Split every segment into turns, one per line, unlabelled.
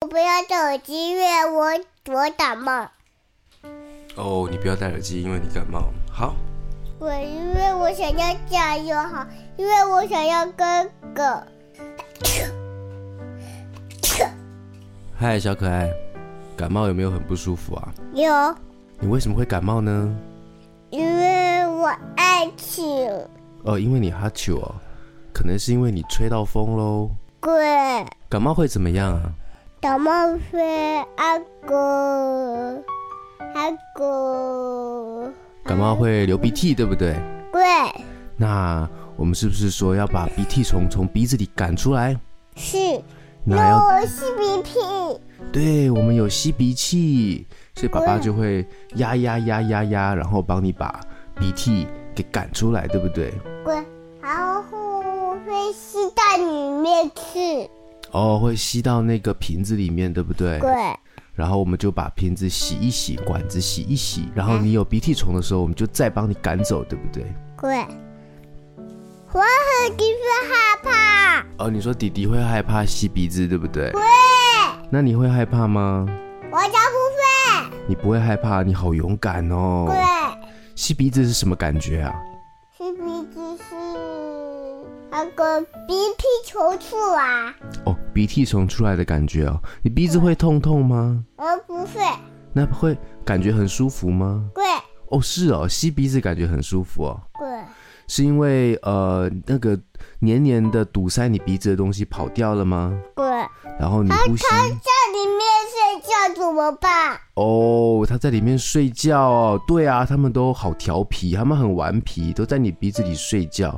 我不要戴耳机，因为我我感冒。
哦，你不要戴耳机，因为你感冒。好，
我因为我想要加油好，因为我想要哥哥。
嗨，小可爱，感冒有没有很不舒服啊？
有，
你为什么会感冒呢？
因为我爱请
哦，因为你哈啾哦，可能是因为你吹到风喽。
鬼
感冒会怎么样啊？
感冒飞阿哥，阿哥
感冒会流鼻涕，对不对？
鬼
那我们是不是说要把鼻涕虫从鼻子里赶出来？
是，
那
那
要
我是鼻涕，
对，我们有吸鼻器，所以爸爸就会压压压压压，然后帮你把鼻涕给赶出来，对不对？
鬼，然后会吸到里面去，
哦，会吸到那个瓶子里面，对不对？
鬼
然后我们就把瓶子洗一洗，管子洗一洗，然后你有鼻涕虫的时候，我们就再帮你赶走，对不对？
鬼。我很地方害怕，
哦，你说弟弟会害怕吸鼻子，对不对？
对，
那你会害怕吗？
我叫付费，
你不会害怕，你好勇敢哦！
鬼。
吸鼻子是什么感觉啊？
是鼻子是那个鼻涕球啊出来，
哦，鼻涕虫出来的感觉哦。你鼻子会痛痛吗？
而呃不是
那会感觉很舒服吗？
贵
哦，是哦，吸鼻子感觉很舒服哦，
贵
是因为呃那个黏黏的堵塞你鼻子的东西跑掉了吗？
贵，
然后你呼
啊
吸。
在里面睡觉怎么办？
哦，他在里面睡觉哦。对啊，他们都好调皮，他们很顽皮，都在你鼻子里睡觉，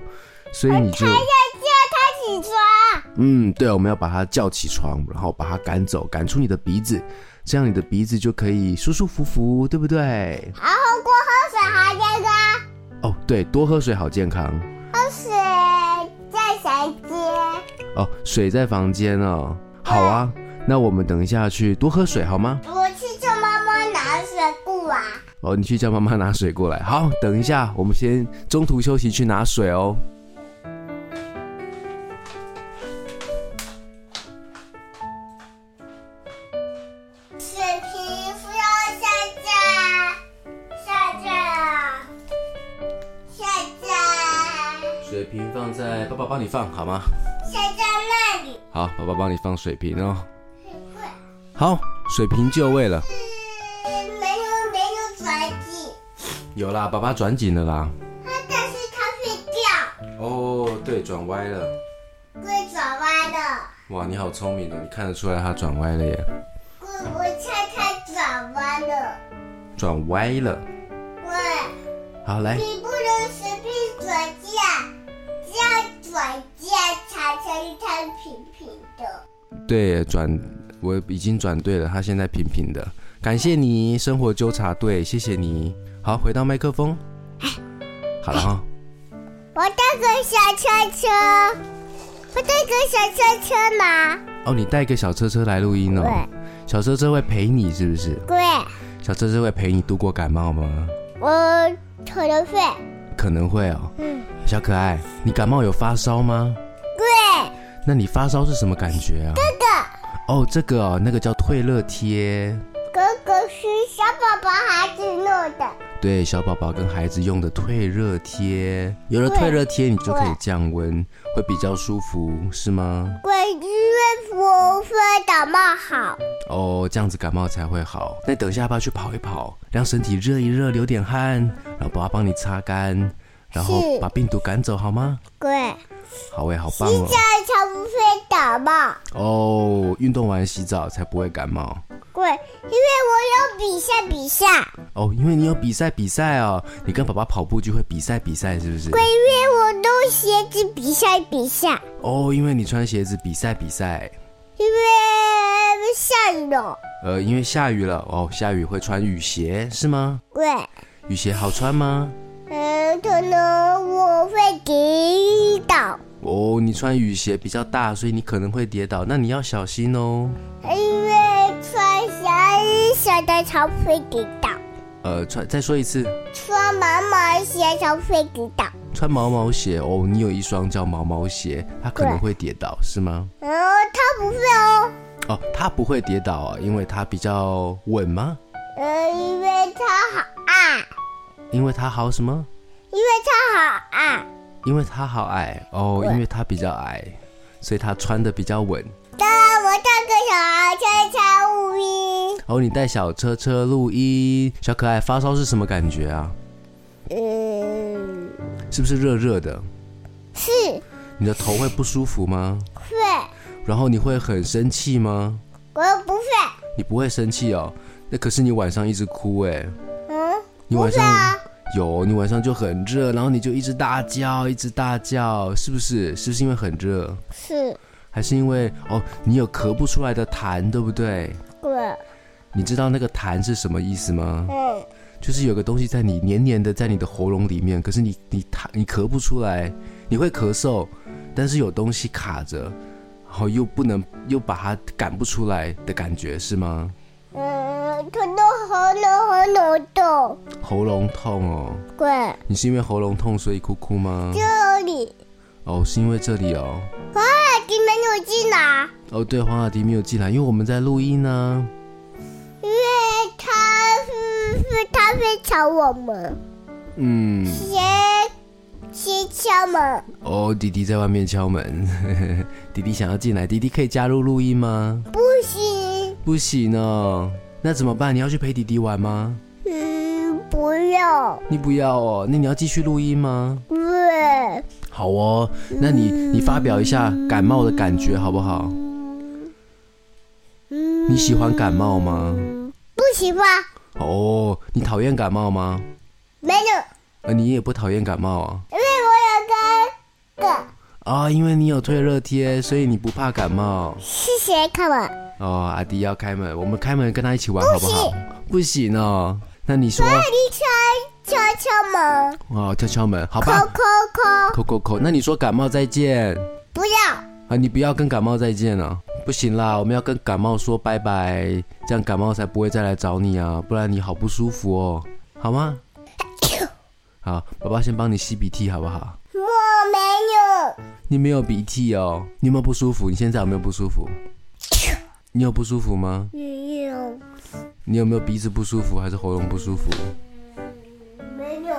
所以你就
要叫他起床，
嗯，对啊，我们要把它叫起床，然后把它赶走，赶出你的鼻子，这样你的鼻子就可以舒舒服服，对不对？
然后过喝水还那个
哦，对，多喝水好健康
喝水在谁接？
哦。水在房间哦，好啊，那我们等一下去多喝水好吗？
我去叫妈妈拿水过来。
哦，你去叫妈妈拿水过来。好，等一下，我们先中途休息去拿水哦。
水瓶不要下架，下架，下架，
水瓶放在爸爸帮你放好吗？
下架那里。
好，爸爸帮你放水瓶哦。
很贵。
好，水瓶就位了。
嗯，没有没有转机，
有啦，爸爸转紧了啦。
它但是它会掉，
哦，对，转歪了。
会转弯的。
哇，你好聪明哦！你看得出来他转歪了耶，
我我猜它转弯的。
转歪了。
喂，
好，来，
你不能随便转机啊，这样转机啊才才才平平的。
对，转，我已经转对了，他现在平平的。感谢你，生活纠察队，谢谢你。好，回到麦克风。好了哈，
我带个小车车，我带个小车车嘛。
哦，你带个小车车来录音哦。小车车会陪你是不是？
对，
小车车会陪你度过感冒吗？
我可能会。
可能会哦。
嗯，
小可爱，你感冒有发烧吗？
对，
那你发烧是什么感觉啊？
这个。
哦，这个哦，那个叫退热贴。
哥哥是小宝宝孩子弄的，
对小宝宝跟孩子用的退热贴，有了
对
退热贴，你就可以降温，会比较舒服，是吗？
我因为我会感冒好。
哦，这样子感冒才会好。那等一下要不要去跑一跑，让身体热一热，流点汗，然后爸爸帮你擦干，然后
是
把病毒赶走，好吗？
对，
好诶，好棒
你
哦
这！样才不会感冒。
哦，运动完洗澡才不会感冒。
对，因为我有比赛比赛，
哦，因为你有比赛比赛哦，你跟爸爸跑步就会比赛比赛，是不是？
因为我弄鞋子比赛比赛，
哦，因为你穿鞋子比赛比赛。
因为下雨了。
呃，因为下雨了哦，下雨会穿雨鞋是吗？
对，
雨鞋好穿吗？
嗯，可能我会跌倒，
哦，你穿雨鞋比较大，所以你可能会跌倒，那你要小心哦。
因为穿小小的才会跌倒，
呃，穿再说一次，
穿毛毛鞋才会跌倒。
穿毛毛鞋哦，你有一双叫毛毛鞋，它可能
对
会跌倒是吗？
嗯，他不会哦，
哦，它不会跌倒啊，因为它比较稳吗？
嗯，因为他好矮，
因为它好什么？
因为他好啊矮，
因为它好矮哦，
对
因为它比较矮，所以它穿的比较稳。
当然我带个小圈圈五一，
哦，你带小车车录音，小可爱发烧是什么感觉啊？
嗯，
是不是热热的？
是
你的头会不舒服吗？
会，
然后你会很生气吗？
我不会，
你不会生气哦，那可是你晚上一直哭哎，
嗯，
你晚上
不会啊
有你晚上就很热，然后你就一直大叫，一直大叫，是不是？是不是因为很热，
是
还是因为哦你有咳不出来的痰，对不对？
对，
你知道那个痰是什么意思吗？
嗯，
就是有个东西在你黏黏的在你的喉咙里面，可是你你痰你咳不出来，你会咳嗽，但是有东西卡着，然后又不能又把它赶不出来的感觉是吗？
嗯，可能喉咙喉咙痛，
喉咙痛哦，
对，
你是因为喉咙痛所以哭哭吗？
这里，
哦，是因为这里哦。
快进门有进来，
哦，对，黄雅迪没有进来，因为我们在录音呢、
因为他是他会吵我们，
嗯，
先先敲门，
哦，迪迪在外面敲门， 迪迪想要进来，迪迪可以加入录音吗？
不行，
不行哦，那怎么办？你要去陪迪迪玩吗？
嗯，不用，
你不要哦，那你要继续录音吗？
对，
好哦，那你你发表一下感冒的感觉好不好？你喜欢感冒吗？
不喜欢，
哦，你讨厌感冒吗？
没有。
呃，你也不讨厌感冒啊？
因为我有个个
啊、因为你有退热贴，所以你不怕感冒。
是谁看我？
哦，阿迪要开门，我们开门跟他一起玩好不好？不行哦，那你说
你敲敲敲门，
哦，敲敲门，好
扣
吧？
扣扣，
扣扣扣，那你说感冒再见
不要，
啊？你不要跟感冒再见了、不行啦，我们要跟感冒说拜拜，这样感冒才不会再来找你啊，不然你好不舒服哦，好吗？好，爸爸先帮你吸鼻涕好不好？
我没有，
你没有鼻涕哦，你有没有不舒服？你现在有没有不舒服？你有不舒服吗？
没有，
你有没有鼻子不舒服，还是喉咙不舒服？
没有，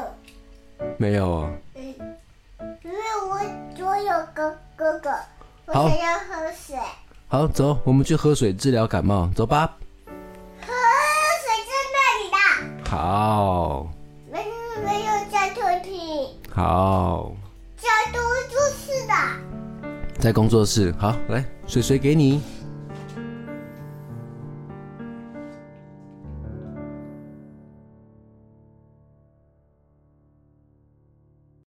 没有哦。
因为我我有个哥哥，我
好
想要喝水，喝
好，走，我们去喝水治疗感冒，走吧。
水在那里的，
好，
没有没有交通梯，
好，
交通就是的，
在工作室，好，来，水水给你，